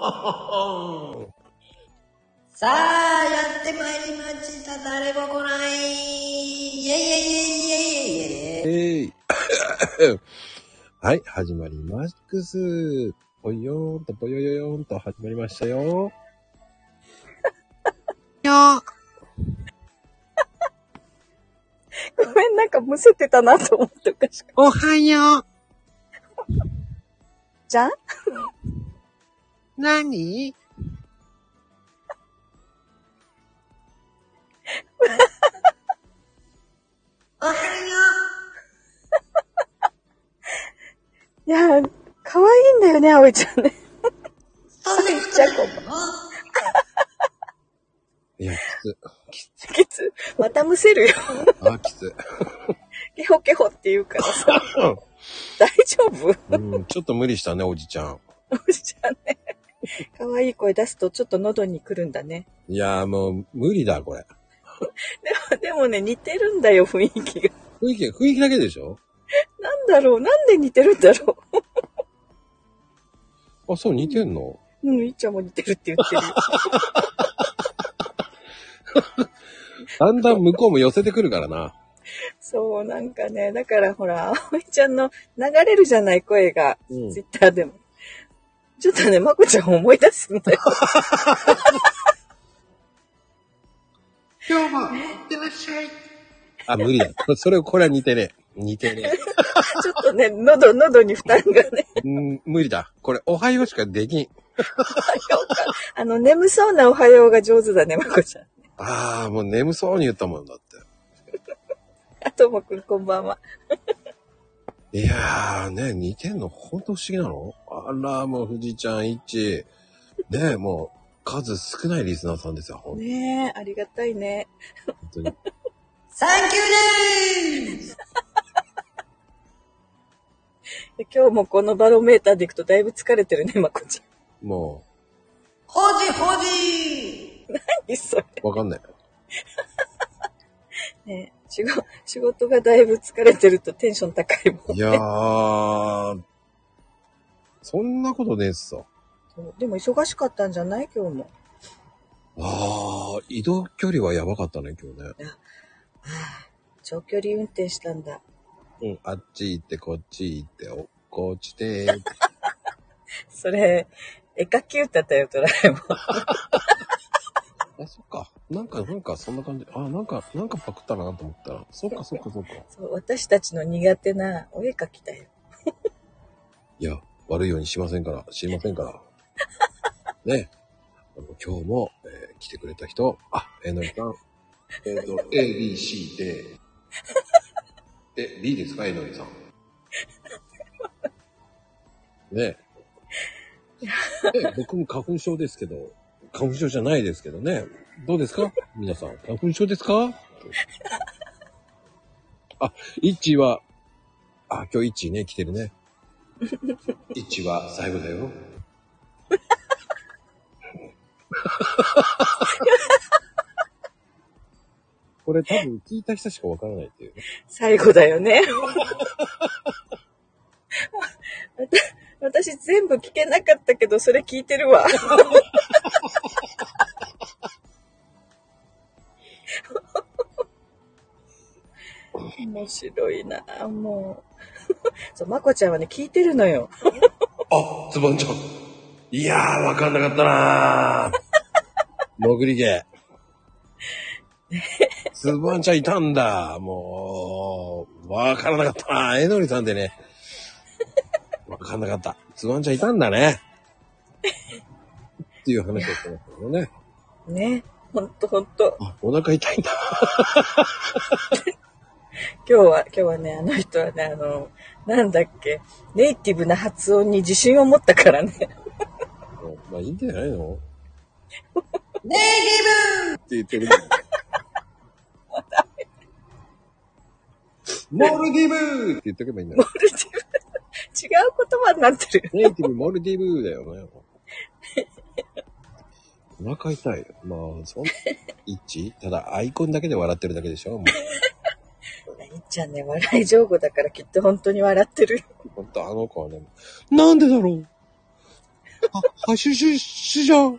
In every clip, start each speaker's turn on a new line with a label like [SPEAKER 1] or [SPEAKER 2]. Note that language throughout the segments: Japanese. [SPEAKER 1] No!
[SPEAKER 2] さあ、やってまいりました。誰も来ない。イェイイェイイェイイェイイ ェイイェイ。
[SPEAKER 1] えいはい、始まりまックス。ぽよーんとぽよよよーんと始まりましたよ。よ
[SPEAKER 3] ごめん、なんかむせてたなと思っておかしく。
[SPEAKER 1] おはよう。
[SPEAKER 3] じゃん
[SPEAKER 1] なに
[SPEAKER 2] おはよ
[SPEAKER 3] いやー、可愛いんだよね、葵ちゃん
[SPEAKER 2] う。
[SPEAKER 3] ね。
[SPEAKER 2] そんなこと
[SPEAKER 3] じゃあ
[SPEAKER 2] ないよ。
[SPEAKER 1] いや、きつ。
[SPEAKER 3] きつ。またむせるよ。
[SPEAKER 1] あ、きつ。
[SPEAKER 3] ケホケホって言うからさ。 大丈夫
[SPEAKER 1] うん、ちょっと無理したね、おじちゃん。
[SPEAKER 3] おじちゃんね。可愛い声出すとちょっと喉に来るんだね。
[SPEAKER 1] いやーもう、無理だ、これ。
[SPEAKER 3] でもでもね、似てるんだよ、雰囲気が。
[SPEAKER 1] 雰囲気、雰囲気だけでしょ
[SPEAKER 3] なんだろうなんで似てるんだろ
[SPEAKER 1] あ、そう、似てんの
[SPEAKER 3] ううん、いっちゃんも似てるって言ってる。
[SPEAKER 1] だんだん向こうも寄せてくるからな。
[SPEAKER 3] そう、なんかね、だからほら、葵ちゃんの流れるじゃない声が、
[SPEAKER 1] うん
[SPEAKER 3] ツイッターでも。ちょっとね、まこちゃんを思い出すんだよ。
[SPEAKER 1] 今日も、いってらっしゃい。あ、無理だ。それ、これは似てねえ。似てね
[SPEAKER 3] ちょっとね、喉、喉に負担がね、
[SPEAKER 1] え。うん、無理だ。これ、おはようしかできん。
[SPEAKER 3] あの、眠そうなおはようが上手だね、まこちゃん。
[SPEAKER 1] ああ、もう眠そうに言ったもんだっ
[SPEAKER 3] あともくん、こんばんは。
[SPEAKER 1] て。いやー、ね、似てんの、ほんと不思議なのあら、もう、富士ちゃん一。ねえ、もう、数少ないリスナーさんですよ、ほん
[SPEAKER 3] ねえ、ありがたいね。
[SPEAKER 1] とに。
[SPEAKER 2] サンキューです。
[SPEAKER 3] で今日もこのバロメーターでいくとだいぶ疲れてるね、まこちゃん。
[SPEAKER 1] も
[SPEAKER 2] ほじほじ。
[SPEAKER 3] 何それ。
[SPEAKER 1] う、わかんない。
[SPEAKER 3] ねえ仕事、仕事がだいぶ疲れてるとテンション高いもん。
[SPEAKER 1] いやー、そんなことねえっすよ。
[SPEAKER 3] そうでも忙しかったんじゃない今日も。
[SPEAKER 1] あー、移動距離はやばかったね、今日ね。
[SPEAKER 3] 長距離運転したんだ。
[SPEAKER 1] うん、あっち行って、こっち行って、おこっちで、
[SPEAKER 3] それ、絵描き歌だよ、ドラえもん。
[SPEAKER 1] あ、そっか。なんか、なんか、そんな感じ。あ、なんか、なんかパクったなと思ったら。そっか、そっか、そっか。
[SPEAKER 3] そう私たちの苦手なお絵描きだよ。
[SPEAKER 1] いや、悪いようにしませんから、知りませんから。 ね。あの今日も、えー来てくれた人、あ、えのりさん。えっ、と、A, B, C, D。え、D ですか、えのりさん。 ねえ。ね僕も花粉症ですけど、花粉症じゃないですけどね。どうですか皆さん、花粉症です かあ、イッチーは、あ、今日イッチーね、来てるね。一は最後だよ。これ多分聞いた人しかわからないっていう、ね。
[SPEAKER 3] 最後だよね。わた私全部聞けなかったけど、それ聞いてるわ。面白いなあもう。そう、まこちゃんはね、聞いてるのよ。
[SPEAKER 1] あ、ズボンちゃん。いやー、わかんなかったなー。潜り芸。 ズボンちゃんいたんだ。もう、わからなかったな。えのりさんでね。わかんなかった。ズボンちゃんいたんだ ね。っていう話をしてましたけどね。
[SPEAKER 3] ね。ほんとほんと。
[SPEAKER 1] あ、お腹痛いんだ。
[SPEAKER 3] 今日は、今日はね、あの人はね、あの、なんだっけ、ネイティブな発音に自信を持ったからね。
[SPEAKER 1] まあいいんじゃないの
[SPEAKER 2] ネイ
[SPEAKER 1] って言ってる。 モルディブって言っとけばいいんだよ。
[SPEAKER 3] モルディブ違う言葉になってる。
[SPEAKER 1] ネイティブモルディブだよ ね。お腹痛い。まあ、そん、一致ただ、アイコンだけで笑ってるだけでしょもう、
[SPEAKER 3] いっちゃんね、笑い上手 だからきっと本当に笑ってる。
[SPEAKER 1] ほんとあの子はね、なんでだろうはしゅしゅしゅじゃ ん。は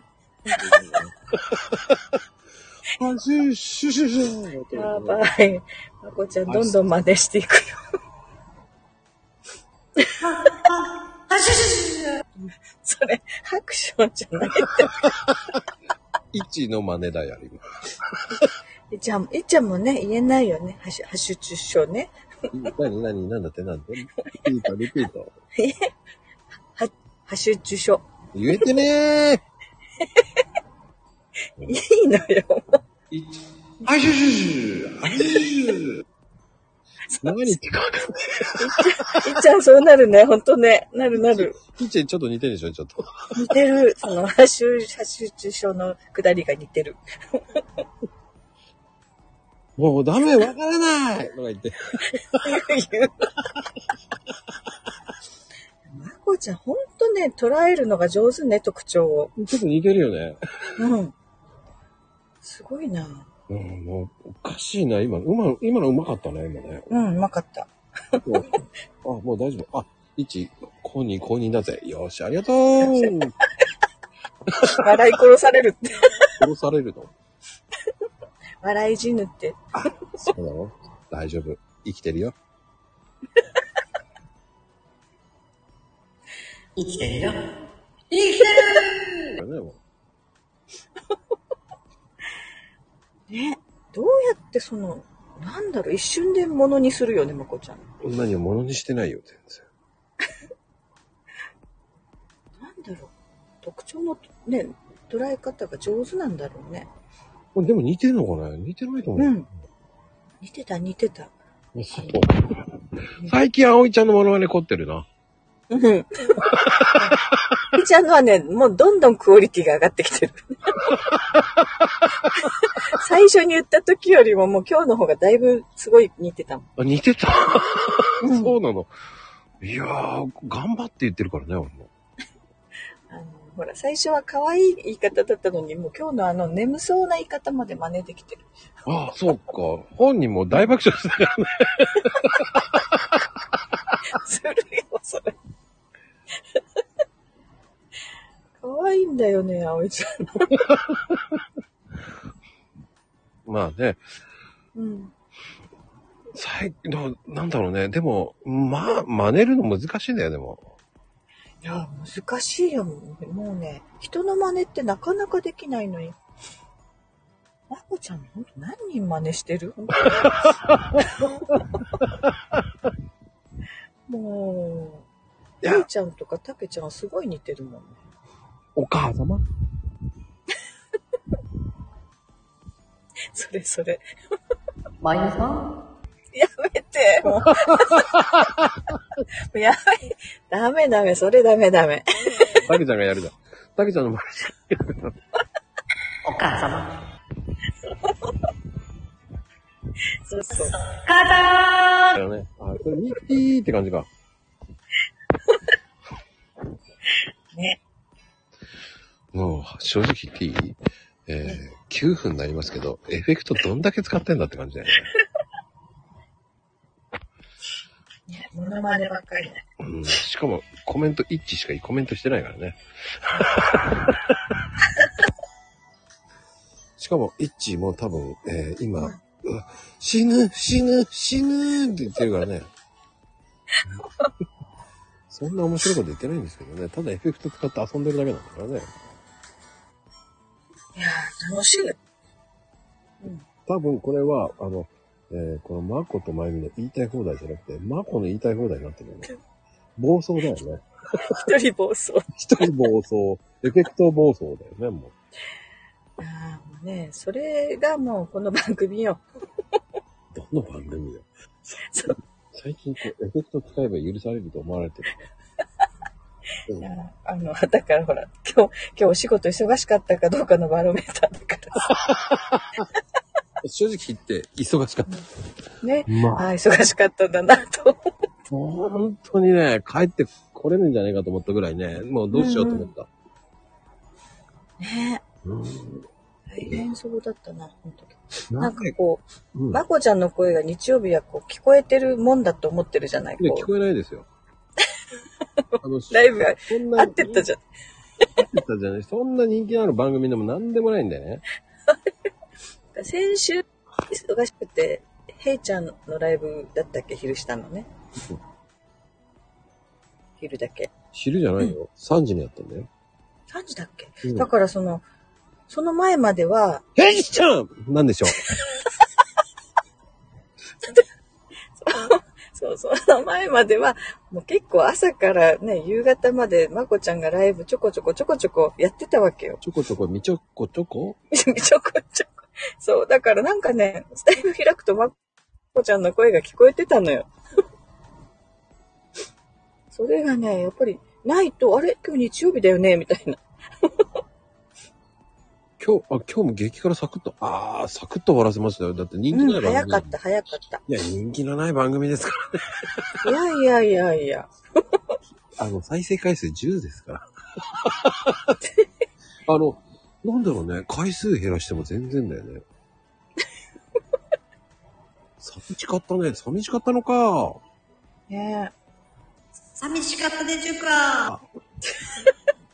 [SPEAKER 1] しゅしゅしゅじゃ
[SPEAKER 3] や
[SPEAKER 1] ん。
[SPEAKER 3] ばい。まこちゃん、どんどん真似していくよ。
[SPEAKER 2] はしゅしゅしゅ
[SPEAKER 3] それ、ハクションじゃない。
[SPEAKER 1] 一の真似だよ、今。
[SPEAKER 3] いっちゃん、いっちゃんもね、言えないよね。ハッシュ、ハッシュ中傷ね。
[SPEAKER 1] なになになんだってなんでリピート、リピート。
[SPEAKER 3] ハハッシュ中傷。
[SPEAKER 1] 言えてね
[SPEAKER 3] いいのよ。
[SPEAKER 1] ー。はしゅしゅしゅ。はしゅしゅしゅ。何言ってかわかんない。
[SPEAKER 3] いっちゃん、そうなるね。ほんとね。なるなる。
[SPEAKER 1] キッチンちょっと似てるでしょ、ちょっと。
[SPEAKER 3] 似てる。その、ハッシュ、ハッシュ中傷のくだりが似てる。
[SPEAKER 1] もうダメ、わからないとか言って。
[SPEAKER 3] 言う。まこちゃん、ほんとね、捉えるのが上手ね、特徴を。
[SPEAKER 1] ちょっと似てるよね。
[SPEAKER 3] うん。すごいな。
[SPEAKER 1] うん、もう、おかしいな、今。今、今のうまかったね、今ね。
[SPEAKER 3] うん、うまかった。
[SPEAKER 1] もうあ、もう大丈夫。あ、1、公認、公認だぜ。よし、ありがとう。
[SPEAKER 3] 笑い殺されるって。
[SPEAKER 1] 殺されるの。
[SPEAKER 3] 笑い死ぬって。
[SPEAKER 1] そうだろ大丈夫。生きてるよ。
[SPEAKER 2] 生きてるよ。生きてる
[SPEAKER 1] だよねもう
[SPEAKER 3] ね。どうやってその、なんだろう、一瞬で物にするよね、まこちゃん。
[SPEAKER 1] 何を物にしてないよ、全然。
[SPEAKER 3] なんだろう、特徴のね、捉え方が上手なんだろうね。
[SPEAKER 1] これでも似てるのかな似てないと思う。
[SPEAKER 3] うん似てた、似てた。
[SPEAKER 1] あそう最近、葵ちゃんのものはね、凝ってるな。
[SPEAKER 3] うん。ひちゃんのはね、もうどんどんクオリティが上がってきてる。最初に言った時よりももう今日の方がだいぶすごい似てたもん。
[SPEAKER 1] あ、似てた。
[SPEAKER 3] うん
[SPEAKER 1] そうなの。いやー、頑張って言ってるからね、俺も。
[SPEAKER 3] あのほら、最初は可愛い言い方だったのに、もう今日のあの眠そうな言い方まで真似できてる。
[SPEAKER 1] ああ、そうか。本人も大爆笑してたからね。
[SPEAKER 3] するよ、それ。可愛いんだよね、葵ちゃん。
[SPEAKER 1] まあね、
[SPEAKER 3] うん。
[SPEAKER 1] 最近、でもなんだろうね。でも、まあ、真似るの難しいんだよ、でも。
[SPEAKER 3] いや、難しいよ。もうね、人の真似ってなかなかできないのに。まこちゃん、ほんと何人真似してる本当にもう、
[SPEAKER 1] いや
[SPEAKER 3] ゆうちゃんとかたけちゃんすごい似てるもんね。
[SPEAKER 1] お母様
[SPEAKER 3] それそれ。
[SPEAKER 2] まゆみさん
[SPEAKER 3] やめて。もうもうやめ、ダメダメ、それダメダメ。
[SPEAKER 1] たけちゃんがやるじゃん。たけちゃんの真似して
[SPEAKER 2] お母様。
[SPEAKER 3] そうそう。
[SPEAKER 2] 母
[SPEAKER 1] たよね。あ、これミッキーって感じ か。
[SPEAKER 3] ね。
[SPEAKER 1] もう、正直言っていいえー、9分になりますけど、エフェクトどんだけ使ってんだって感じだよね。
[SPEAKER 3] ねモノマネばっかりね。
[SPEAKER 1] うん、しかも、コメント一致しかコメントしてないから ね。しかも、一致も多分、えー今、うわ死ぬ、死ぬ、死ぬって言ってるからね。 そんな面白いこと言ってないんですけどね。ただエフェクト使って遊んでるだけなんだからね。
[SPEAKER 3] いやー、楽しい。
[SPEAKER 1] 多分これは、あの、えーこのマコとマユミの言いたい放題じゃなくて、マコの言いたい放題になってるよね。暴走だよね。
[SPEAKER 3] 一人暴走。
[SPEAKER 1] 一人暴走。エフェクト暴走だよね、もう。
[SPEAKER 3] ああ、もうね、それがもうこの番組よ。
[SPEAKER 1] どの番組だよ。
[SPEAKER 3] そう
[SPEAKER 1] 最近こう、エフェクト使えば許されると思われてる。
[SPEAKER 3] いやあの、だからほら、今日、今日お仕事忙しかったかどうかのバロメーターだからさ。
[SPEAKER 1] 正直言って、忙しかっ
[SPEAKER 3] ね
[SPEAKER 1] た。。まあ、
[SPEAKER 3] ああ、忙しかったんだなと。
[SPEAKER 1] 本当にね、帰ってこれるんじゃないかと思ったぐらいね、もうどうしようと思った。
[SPEAKER 3] ね
[SPEAKER 1] うん
[SPEAKER 3] 大変そうだったな、本当に。
[SPEAKER 1] な
[SPEAKER 3] なん
[SPEAKER 1] ん
[SPEAKER 3] か
[SPEAKER 1] か、
[SPEAKER 3] こ
[SPEAKER 1] う
[SPEAKER 3] う、
[SPEAKER 1] ん、
[SPEAKER 3] まこちゃんの声が日曜日はこう、聞こえてるもんだと思ってるじゃない
[SPEAKER 1] いや
[SPEAKER 3] こ
[SPEAKER 1] 聞こえないですよ。あの
[SPEAKER 3] う。ライブが
[SPEAKER 1] そん
[SPEAKER 3] 合ってったじゃん。
[SPEAKER 1] たじゃない。そんな人気のある番組でも何でもないんだよね。
[SPEAKER 3] 先週、忙しくて、ヘイちゃんのライブだったっけ昼したのね。昼だけ。
[SPEAKER 1] 昼じゃないよ。3時にやったんだよ。
[SPEAKER 3] 3時だっけ、
[SPEAKER 1] うん
[SPEAKER 3] だからその、その前までは、
[SPEAKER 1] ヘイちゃんなんでしょう。
[SPEAKER 3] そう、その前までは、もう結構朝からね、夕方まで、まこちゃんがライブちょこちょこちょこちょこやってたわけよ。
[SPEAKER 1] ちょこちょこ、みちょこちょこ
[SPEAKER 3] ちょこちょこ。そう、だからなんかね、スタイル開くとまこちゃんの声が聞こえてたのよ。 それがね、やっぱり、ないと、あれ今日日曜日だよねみたいな。
[SPEAKER 1] 今日、あ、今日も激辛サクッと、あー、サクッと終わらせましたよ。だって人気
[SPEAKER 3] う、
[SPEAKER 1] なんい番組。
[SPEAKER 3] 早かった、。早かった。
[SPEAKER 1] いや、人気のない番組ですか
[SPEAKER 3] いやいやいやい
[SPEAKER 1] ら。
[SPEAKER 3] や。
[SPEAKER 1] あの、再生回数10です から。あの、なんだろうね。回数減らしても全然だよね。 寂しかったね。寂しかったのか。
[SPEAKER 3] ねえ。
[SPEAKER 2] 寂しかったでちゅか。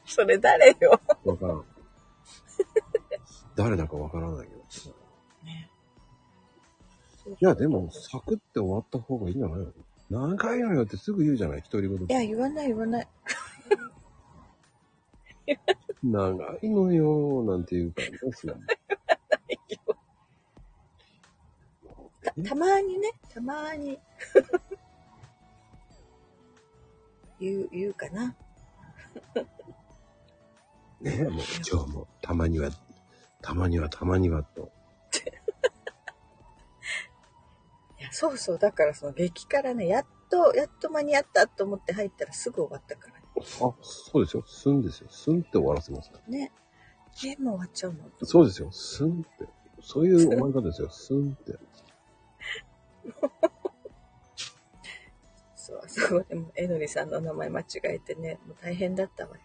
[SPEAKER 3] それ誰よ。
[SPEAKER 1] わからん。誰だかわからないけど。いや、でも、サクって終わった方がいいんじゃないの何回やるよってすぐ言うじゃない独り言
[SPEAKER 3] い。や、言わない言わない。
[SPEAKER 1] 長いのよなんていう感じですよ。
[SPEAKER 3] たたまにね、たまに。 言う、言うかな。
[SPEAKER 1] ね もう今日も、たまには、たまには、たまにはと。
[SPEAKER 3] いやそうそう、だからその激辛ね、やっと、やっと間に合ったと思って入ったらすぐ終わったから
[SPEAKER 1] あ、そうですよ。すんですよ。すんって終わらせますから。
[SPEAKER 3] ね。ね、もう終わっちゃうの。
[SPEAKER 1] そうですよ。すんって。そういう終わり方ですよ。すんって。
[SPEAKER 3] そうそう、でも、えのりさんの名前間違えてね、もう大変だったわよ。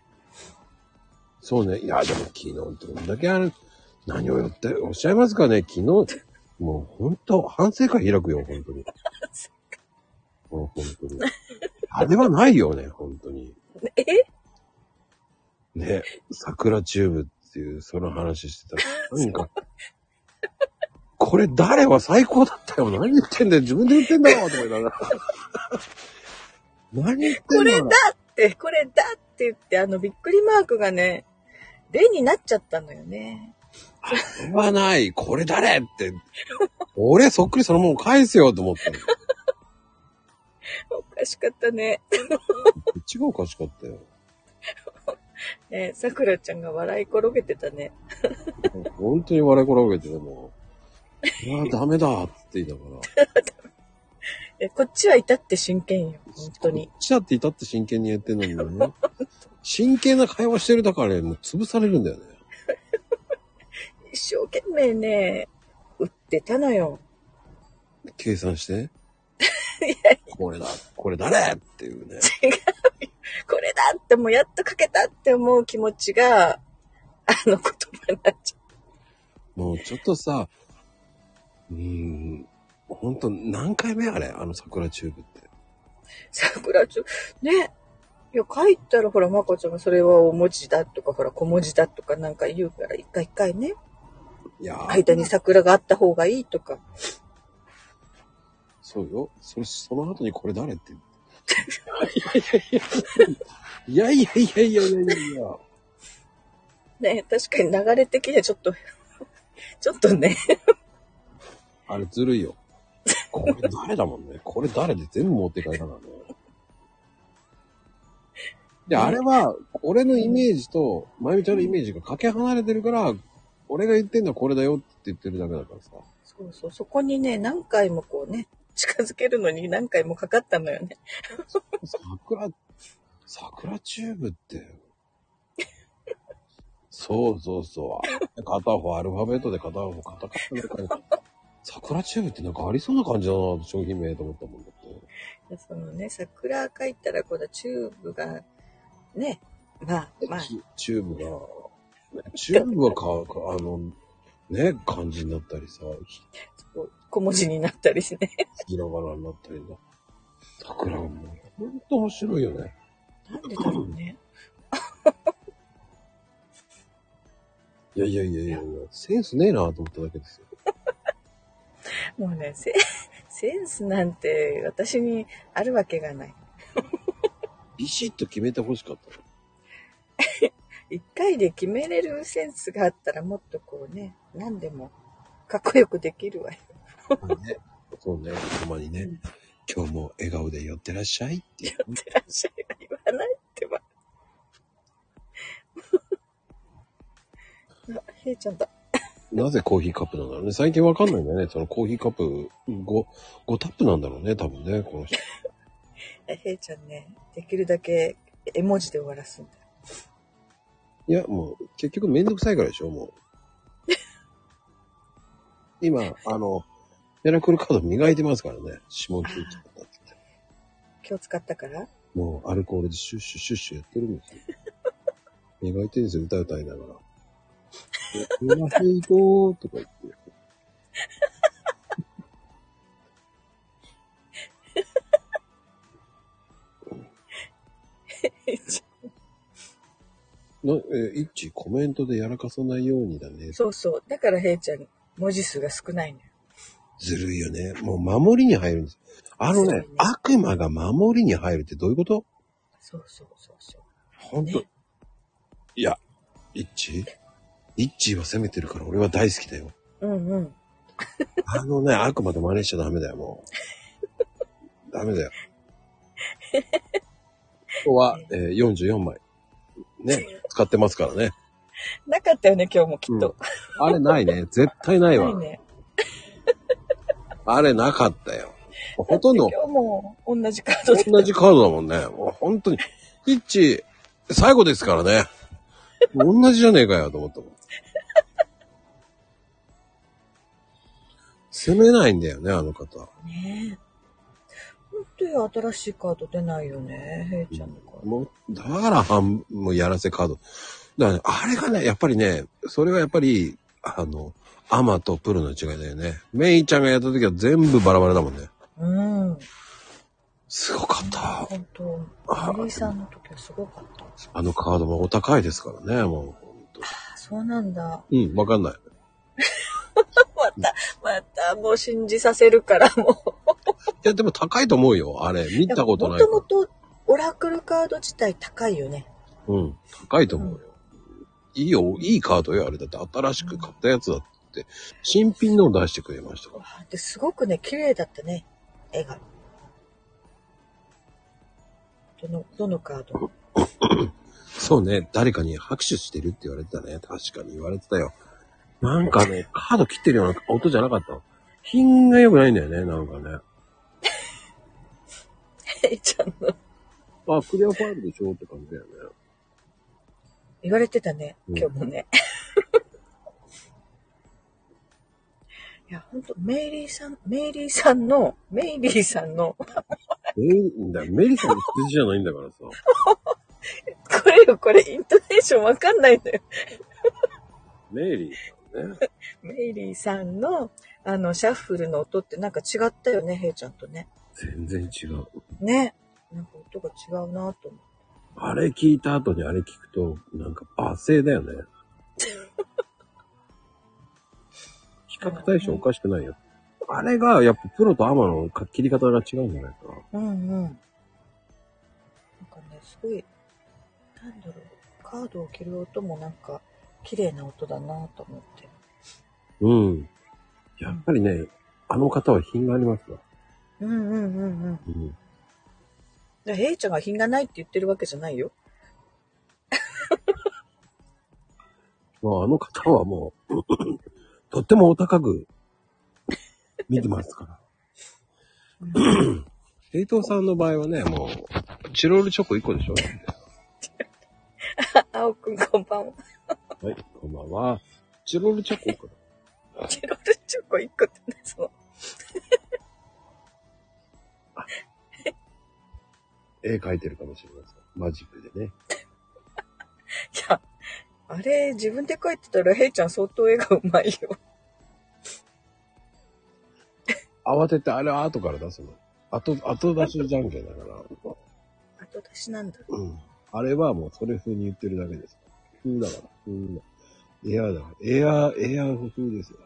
[SPEAKER 1] そうね。いや、でも昨日どんだけある、何をよっておっしゃいますかね。昨日、もう本当、反省会開くよ、本当に。もう本当に。あれはないよね、本当に。
[SPEAKER 3] え
[SPEAKER 1] ね、桜チューブっていう、その話してたら、何か、これ誰は最高だったよ。何言ってんだよ。自分で言ってんだよ。とか言いながら。何言って
[SPEAKER 3] こ
[SPEAKER 1] んだ
[SPEAKER 3] れだ
[SPEAKER 1] よ。
[SPEAKER 3] って、これだって言って、あの、びっくりマークがね、でになっちゃったのよね。
[SPEAKER 1] 言わない。これ誰って。俺そっくりそのもん返すよと思ったの。
[SPEAKER 3] おかしかったね。
[SPEAKER 1] こっちがおかしかったよ。
[SPEAKER 3] ね、さくらちゃんが笑い転げてたね。
[SPEAKER 1] 本当に笑い転げてたもん。いや、ダメだって言いながら。
[SPEAKER 3] えこっちは至って真剣よ。本当に
[SPEAKER 1] こ。っちだって至って真剣に言ってんのにね。真剣な会話してるだからね、もう潰されるんだよね。
[SPEAKER 3] 一生懸命ね、売ってたのよ。
[SPEAKER 1] 計算して。これだ、これ誰っていうね。
[SPEAKER 3] これだってもうやっとかけたって思う気持ちが、あの言葉になっちゃ
[SPEAKER 1] もうちょっとさ、うーん、ほんと何回目あれあの桜チューブって。
[SPEAKER 3] う。桜ちょ、ね。いや、書いたらほら、まこちゃんがそれは大文字だとか、ほら、小文字だとかなんか言うから、一回一回ね、
[SPEAKER 1] いやー
[SPEAKER 3] 間に桜があった方がいいとか。
[SPEAKER 1] そうよ。それ、その後にこれ誰 って。いやいやいやいやいやいやいやいやいや。
[SPEAKER 3] ね、確かに流れ的にはちょっと、 ちょっとね、
[SPEAKER 1] あれずるいよ。これ誰だもんね。これ誰で全部持ってかれたからね。で、あれは、俺のイメージと、まゆみちゃんのイメージがかけ離れてるから、俺が言ってんのはこれだよって言ってるだけだからさ。
[SPEAKER 3] そうそう、そこにね、何回もこうね、近づけるのに何回もかかったのよね。
[SPEAKER 1] 桜、桜チューブって。そうそうそう。片方アルファベットで片方カタカナで書いてある。桜チューブってなんかありそうな感じだな、商品名と思ったもんだって。
[SPEAKER 3] そのね、桜書いたら、このチューブが、ね、まあ、まあ、
[SPEAKER 1] チチューブが、チューブがか、かあの、ね、漢字になったりさ、ひ
[SPEAKER 3] こう小文字になったりしね。
[SPEAKER 1] ひらがなになったりだ。桜がもう、ほんと面白いよね。
[SPEAKER 3] なんでだろうね。
[SPEAKER 1] いやいやいやいやいや、センスねえなと思っただけですよ。
[SPEAKER 3] もうね、セ センスなんて私にあるわけがない。
[SPEAKER 1] ビシッと決めて欲しかったの。
[SPEAKER 3] 一回で決めれるセンスがあったらもっとこうね、何でもかっこよくできるわよ。
[SPEAKER 1] ね、そうね、たまにね、今日も笑顔で寄ってらっしゃいっていうね。
[SPEAKER 3] ってらっしゃいは言わないってば。 あ、へいちゃんだ。
[SPEAKER 1] なぜコーヒーカップなんだろうね。最近わかんないんだよね。そのコーヒーカップ5、5タップなんだろうね、多分ね、この人。
[SPEAKER 3] あへいちゃんね、できるだけ絵文字で終わらすんだよ。
[SPEAKER 1] いや、もう、結局めんどくさいからでしょ、もう。今、あの、ミラクルカード磨いてますからね。指紋ついちゃったって。
[SPEAKER 3] 今日使ったから
[SPEAKER 1] もうアルコールでシュッシュッシュッシュやってるんですよ。磨いてるんですよ、歌歌いながら。うまいこーとか言って。
[SPEAKER 3] へいち
[SPEAKER 1] なえー、いっち、コメントでやらかさないようにだね
[SPEAKER 3] ゃん。そうそう。だからへいちゃん、文字数が少ないのよ。
[SPEAKER 1] ずるいよね。もう守りに入るんです。あの
[SPEAKER 3] ずる
[SPEAKER 1] ね
[SPEAKER 3] いね、
[SPEAKER 1] 悪魔が守りに入るってどういうこと
[SPEAKER 3] そうそうそうそう。
[SPEAKER 1] ほんと
[SPEAKER 3] ね。
[SPEAKER 1] いや、イッチイッチは攻めてるから俺は大好きだ よ。
[SPEAKER 3] うんうん。
[SPEAKER 1] あのね、あくまで真似しちゃダメだよ、もう。 ダメだよ。ここは、えー44枚。ね、使ってますからね。
[SPEAKER 3] なかったよね、今日もきっと。
[SPEAKER 1] あれないね。絶対ない
[SPEAKER 3] な
[SPEAKER 1] わ
[SPEAKER 3] い。ね。
[SPEAKER 1] あれなかったよ。ほとんど
[SPEAKER 3] だって今日も同じカードで。
[SPEAKER 1] 同じカードだもんね。もう本当に。イッチ、最後ですからね。同じじゃねえかよ、と思ったもん。攻めないんだよね、あの方。
[SPEAKER 3] ね本当よ、新しいカード出ないよね、へいちゃんのカード。
[SPEAKER 1] もう、だから半分もやらせカード。だからね、あれがね、やっぱりね、それはやっぱり、あの、アマとプロの違いだよね。メイちゃんがやった時は全部バラバラだもんね。
[SPEAKER 3] うん。
[SPEAKER 1] すごかった。
[SPEAKER 3] 本当。
[SPEAKER 1] あ
[SPEAKER 3] マリーさんの時はすごかった。
[SPEAKER 1] あのカードもお高いですからね、もう。本当
[SPEAKER 3] あそうなんだ。
[SPEAKER 1] うん、わかんない。
[SPEAKER 3] また、また、もう信じさせるから、もう。
[SPEAKER 1] いや、でも高いと思うよ。あれ、見たことない
[SPEAKER 3] も
[SPEAKER 1] か
[SPEAKER 3] ともと、オラクルカード自体高いよね。
[SPEAKER 1] ら。うん、高いと思うよ。いいよ、いいカードよ、あれだって。新しく買ったやつだって。新品のを出してくれましたから。
[SPEAKER 3] ですごくね、綺麗だったね、絵が。どの、どのカー ド
[SPEAKER 1] そうね、誰かに拍手してるって言われてたね。確かに言われてたよ。なんかね、カード切ってるような音じゃなかったの。品が良くないんだよね、なんかね。
[SPEAKER 3] へいちゃんの。
[SPEAKER 1] あ、クリアファイルでしょって感じだよね。
[SPEAKER 3] 言われてたね、
[SPEAKER 1] うん
[SPEAKER 3] 今日もね。 いや、ほんと、メイリーさん、メイリーさんの、メイリーさんの、こ
[SPEAKER 1] メリだメリさんの羊じゃないんだからさ。
[SPEAKER 3] れよ、これ、イントネーションわかんないのよ。
[SPEAKER 1] メリーさんね。
[SPEAKER 3] メイリーさんの、あの、シャッフルの音ってなんか違ったよね、ヘイちゃんとね。
[SPEAKER 1] 全然違う。
[SPEAKER 3] ね。なんか音が違うなと思って。
[SPEAKER 1] あれ聞いた後にあれ聞くと、なんか罵声だよね。比較対象おかしくないよ。あれが、やっぱプロとアマの切り方が違うんじゃないかな。
[SPEAKER 3] うんうん。なんかね、すごい、なんだろう、カードを切る音もなんか、綺麗な音だなと思って。
[SPEAKER 1] うん。やっぱりね、あの方は品がありますわ。
[SPEAKER 3] うんうんうんうん。
[SPEAKER 1] うん。
[SPEAKER 3] で、ヘイちゃんが品がないって言ってるわけじゃないよ。
[SPEAKER 1] まあ、あの方はもう、 とってもお高く見てますから。平等さんの場合はね、もう、チロルチョコ1個でしょ
[SPEAKER 3] 青くんこんばんは。
[SPEAKER 1] はい、こんばんは。チロルチョコ1個だ。
[SPEAKER 3] チロルチョコ1個ってね、その、
[SPEAKER 1] 絵描いてるかもしれません。マジックでね。
[SPEAKER 3] いや、あれ、自分で書いてたらヘイちゃん相当絵がうまいよ。
[SPEAKER 1] 慌ててあれは後から出すの。後、後出しじゃんけんだから。
[SPEAKER 3] 後出しなんだ。
[SPEAKER 1] うん。あれはもうそれ風に言ってるだけです。風だから。風だ。エアーだ。エアー、エアー欲しいですよ。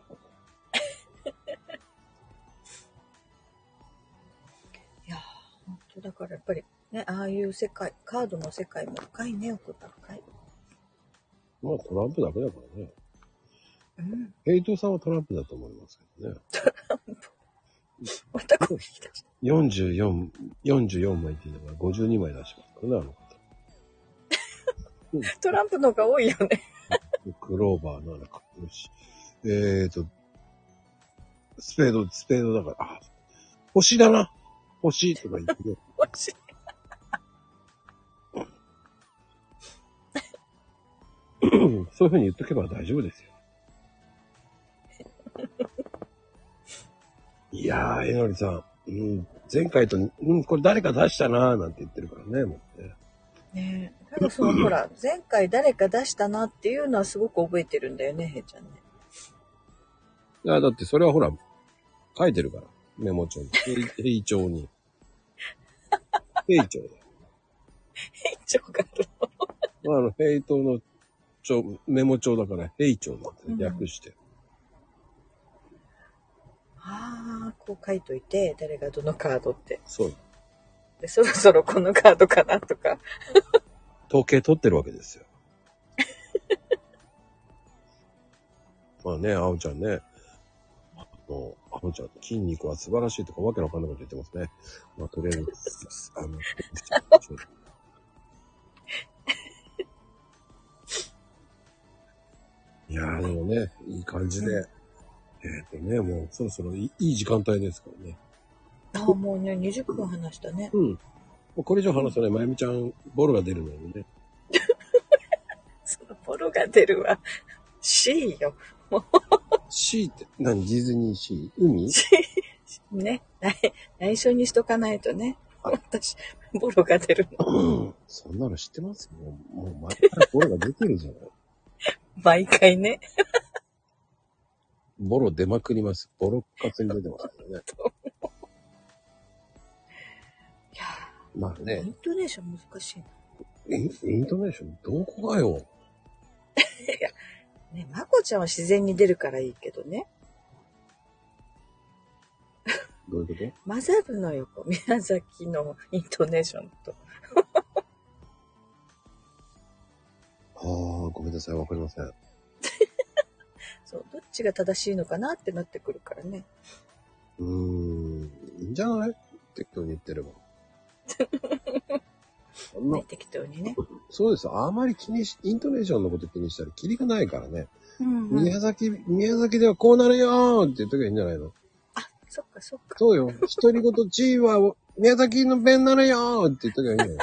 [SPEAKER 3] いやー、本当だからやっぱりね、ああいう世界、カードの世界も深いね、奥が深い。
[SPEAKER 1] まあトランプだけだからね。
[SPEAKER 3] うん。
[SPEAKER 1] ヘイトさんはトランプだと思いますけどね。
[SPEAKER 3] またコーヒーだ。
[SPEAKER 1] 44、44枚っていうのが52枚出してますからね、あの方。
[SPEAKER 3] トランプの方が多いよね。
[SPEAKER 1] クローバー7か。よし。えーと、スペード、スペードだから、あ、星だな星とか言ってね、
[SPEAKER 3] 欲しい
[SPEAKER 1] そういうふうに言っとけば大丈夫ですよ。 いやー、えのりさん、うん、前回と、うん、これ誰か出したなーなんて言ってるからね、もうね。
[SPEAKER 3] ねえ。なんかその、ほ ら、前回誰か出したなっていうのはすごく覚えてるんだよね、へいちゃんね。
[SPEAKER 1] いや、だってそれはほら、書いてるから、メモ帳に。平帳に。平帳だよ。
[SPEAKER 3] へいちゃんが
[SPEAKER 1] まあ、あの、平等の帳、メモ帳だから、平帳なんて
[SPEAKER 3] うん
[SPEAKER 1] 略して。
[SPEAKER 3] ああ、こう書いといて、誰がどのカードって。
[SPEAKER 1] そう。
[SPEAKER 3] で、そろそろこのカードかなとか。
[SPEAKER 1] 統計取ってるわけですよ。まあね、あおちゃんね。あの、あおちゃん、筋肉は素晴らしいとかわけのわかんないこと言ってますね。まあ、とりあえず、あの、いやーでもね、いい感じで、えっ、とね、もうそろそろいいいい時間帯ですからね。
[SPEAKER 3] ああ、もうね、20分話したね。
[SPEAKER 1] うん。もうこれ以上話すとね、まゆみちゃん、ボロが出るのにね。
[SPEAKER 3] そのボロが出るわ。C よ。
[SPEAKER 1] シーって、何ディズニーシー海
[SPEAKER 3] ね。内内緒にしとかないとね。私、ボロが出るの。
[SPEAKER 1] そんなの知ってますよ。もう前からボロが出てるじゃない。
[SPEAKER 3] 毎回ね。
[SPEAKER 1] ボロ出まくります。ボロッカツに出てますからね。
[SPEAKER 3] いや
[SPEAKER 1] まあ
[SPEAKER 3] ーイ
[SPEAKER 1] ね、
[SPEAKER 3] ントネーション難しいな。
[SPEAKER 1] インイントネーションどこがよ。
[SPEAKER 3] ね、まこちゃんは自然に出るからいいけどね。
[SPEAKER 1] どういうこと
[SPEAKER 3] 混ざるのよ、こう宮崎のイントネーションと。
[SPEAKER 1] ああ、ごめんなさい。わかりません。
[SPEAKER 3] そう、どっちが正しいのかなってなってくるからね。
[SPEAKER 1] うーん、いいんじゃない適当に言って れば。そんな
[SPEAKER 3] ね、適当にね。
[SPEAKER 1] そうです。あまり気にし、イントネーションのこと気にしたらキリがないからね。
[SPEAKER 3] うん、うん。
[SPEAKER 1] 宮崎、宮崎ではこうなるよーって言っときゃいいんじゃないの
[SPEAKER 3] そっかそっか。
[SPEAKER 1] そう よ。独り言 G は宮崎の弁なのよーって言っときゃいいのよ。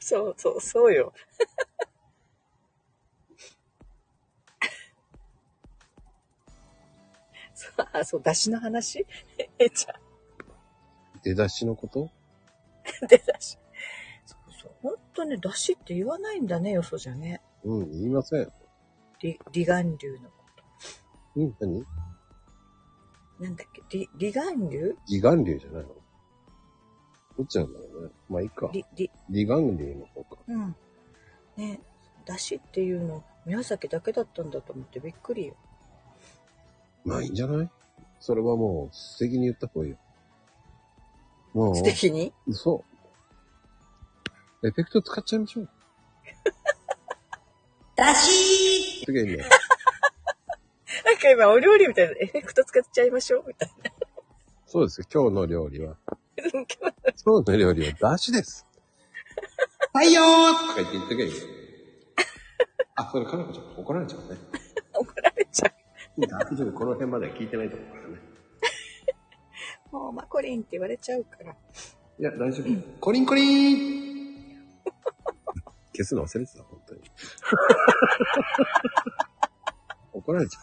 [SPEAKER 3] そうそうそうよ。 そう、あ、そう、出汁の話 えちゃ
[SPEAKER 1] 出だしのこと
[SPEAKER 3] ん、出だし。そうそう。本当ね、出汁って言わないんだね、よそじゃね。
[SPEAKER 1] うん、言いません。
[SPEAKER 3] り離岸流のこ
[SPEAKER 1] うん、何
[SPEAKER 3] と。なんだっけ、り離岸流
[SPEAKER 1] 義眼流じゃないのどっちなんだろうね。まあ、いいか。
[SPEAKER 3] り、り、
[SPEAKER 1] 義眼流の方か。
[SPEAKER 3] うん。ね、出汁っていうの、宮崎だけだったんだと思ってびっくりよ。
[SPEAKER 1] まあ、いいんじゃないそれはもう、素敵に言った方がいいよ。も
[SPEAKER 3] 素敵に
[SPEAKER 1] う、嘘。エフェクト使っちゃいましょう。
[SPEAKER 2] だし
[SPEAKER 1] すげえね。
[SPEAKER 3] なんか今お料理みたいなエフェクト使っちゃいましょうみたい
[SPEAKER 1] そうですよ。今日の料理は。
[SPEAKER 3] な。
[SPEAKER 1] 今日の料理は、だしです。
[SPEAKER 2] はいよ
[SPEAKER 1] と
[SPEAKER 2] ー
[SPEAKER 1] か言って言っときゃいい よ。あ、それ、かなこちゃん、怒られちゃうね。
[SPEAKER 3] 怒られちゃう。
[SPEAKER 1] 大丈夫、この辺までは聞いてないと思うからね。
[SPEAKER 3] もうマコリンって言われちゃうから。
[SPEAKER 1] いや、大丈夫。コリンコリン 消すの忘れてた、本 当に。怒られちゃ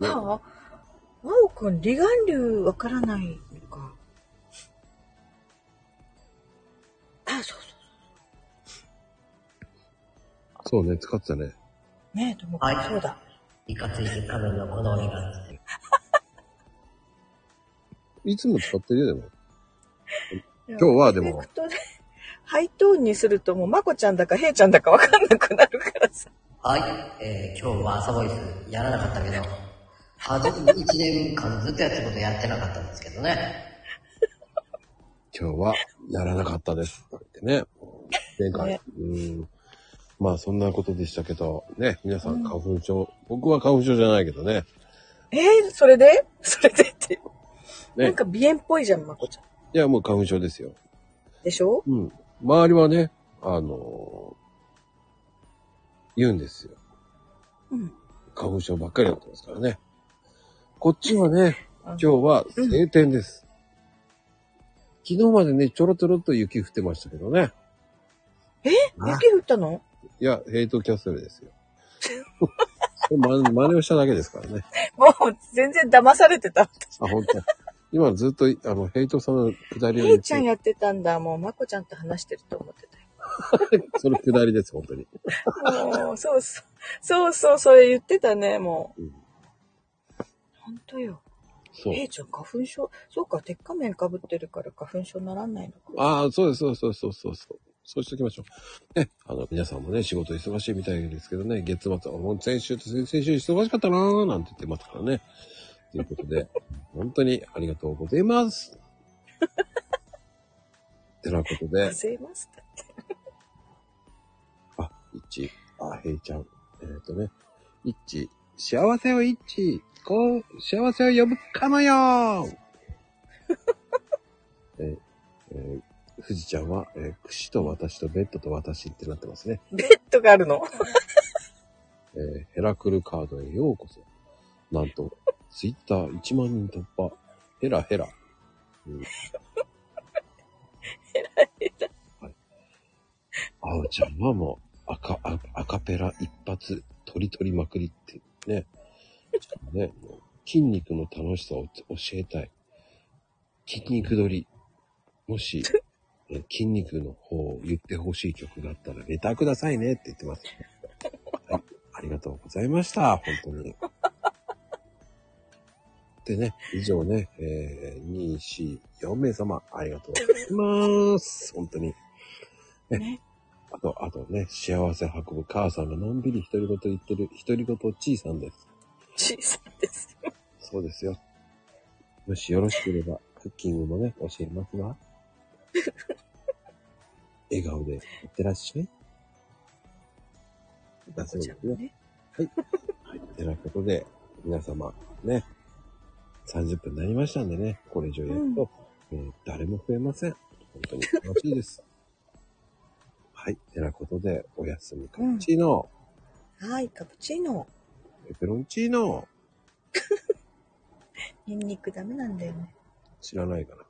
[SPEAKER 1] う。ね
[SPEAKER 3] ああ、真央くん、離岸流わからないのか。あ、そうそ
[SPEAKER 1] そうね、使ってたね。
[SPEAKER 3] う。ねえ、ともく
[SPEAKER 2] は
[SPEAKER 3] ん、
[SPEAKER 2] い
[SPEAKER 3] そうだ。
[SPEAKER 2] いかついて仮面のこの俺が。
[SPEAKER 1] いつも使ってるよ、でも。
[SPEAKER 3] 今
[SPEAKER 1] 日はでも
[SPEAKER 3] エフェクトでハイトーンにするともう、まこちゃんだか、へいちゃんだかわかんなくなるからさ。
[SPEAKER 2] はい、えー、今日は朝ボイスやらなかったけど、はず、1年間ずっとやってることやってなかったんですけどね。
[SPEAKER 1] 今日はやらなかったです。ってね。前回。
[SPEAKER 3] ね
[SPEAKER 1] うん。まあそんなことでしたけど、ね、皆さ
[SPEAKER 3] うん
[SPEAKER 1] ん花粉症、僕は花粉症じゃないけどね。
[SPEAKER 3] えー、それで それでって。
[SPEAKER 1] ね
[SPEAKER 3] なんか鼻炎っぽいじゃん、まこちゃん。
[SPEAKER 1] いや、もう花粉症ですよ。
[SPEAKER 3] でしょ
[SPEAKER 1] うん。周りはね、あのー言うんですよ。
[SPEAKER 3] うん。
[SPEAKER 1] 花粉症ばっかりやってますからね。こっちはね、
[SPEAKER 3] うん
[SPEAKER 1] 今日は晴天です。昨日までね、ちょろちょろっと雪降ってましたけどね。
[SPEAKER 3] え
[SPEAKER 1] あ
[SPEAKER 3] 雪降ったの
[SPEAKER 1] いや、ヘイトキャッスルです よ。ま、真似をしただけですからね。
[SPEAKER 3] もう全然騙されてた。
[SPEAKER 1] あ、本当。今ずっと、あの、ヘイトさんの下りを
[SPEAKER 3] へ
[SPEAKER 1] 言っ
[SPEAKER 3] いちゃん
[SPEAKER 1] て、
[SPEAKER 3] やってたんだ。もう、まこちゃんと話してると思ってたよ。
[SPEAKER 1] その下りです、本当に。
[SPEAKER 3] もう、そうそう。そうそう、それ言ってたね、もう
[SPEAKER 1] うん。
[SPEAKER 3] ほんとよ。
[SPEAKER 1] そう。
[SPEAKER 3] えいちゃん、花粉症。そうか、鉄仮面被ってるから花粉症ならないのか。
[SPEAKER 1] ああ、そうです、そうそうそうそうそう。そうしておきましょう。ね、あの、皆さんもね、仕事忙しいみたいですけどね、月末は、もう先週と先々週忙しかったなーなんて言ってますからね。ということで、本当にありがとうございます。 てなことで、
[SPEAKER 3] 忘れました。
[SPEAKER 1] あ、一、あ、へいちゃん。えっ、とね、一、幸せを一、こう、幸せを呼ぶかのよーえ、えー、富士ちゃんは、えー、串と私とベッドと私ってなってますね。
[SPEAKER 3] ベッドがあるの。
[SPEAKER 1] えーヘラクルカードへようこそ。なんと、ツイッター1万人突破。ヘラヘラ。うん、ヘラヘラ。はい。あおちゃんはもう、赤、あアカペラ一発、取り取りまくりって、ね。ちょっとね、もう筋肉の楽しさを教えたい。筋肉取り。も し、えー筋肉の方を言ってほしい曲があったら、レターくださいねって言ってます。ありがとうございました。本当に。 でね、以上ね、えー、2、4、4名様、ありがとうございます。本当に。
[SPEAKER 3] ね。
[SPEAKER 1] あと、あとね、幸せ運ぶ母さんがのんびり独り言言ってる、独り言ちいさんです。
[SPEAKER 3] 小さいです。
[SPEAKER 1] そうですよ。もしよろしければ、クッキングもね、教えますわ。笑顔で、いってらっしゃい。
[SPEAKER 3] まこちゃんもね。
[SPEAKER 1] てなことで、皆様、ね、30分になりましたんでね、これ以上やると、えー誰も増えません。本当に楽しいです。 はい。てなことで、おやすみカプチーノ、
[SPEAKER 3] はい、カプチーノ。
[SPEAKER 1] ペペロンチーノ、
[SPEAKER 3] ニンニクダメなんだよね。
[SPEAKER 1] 知らないかな。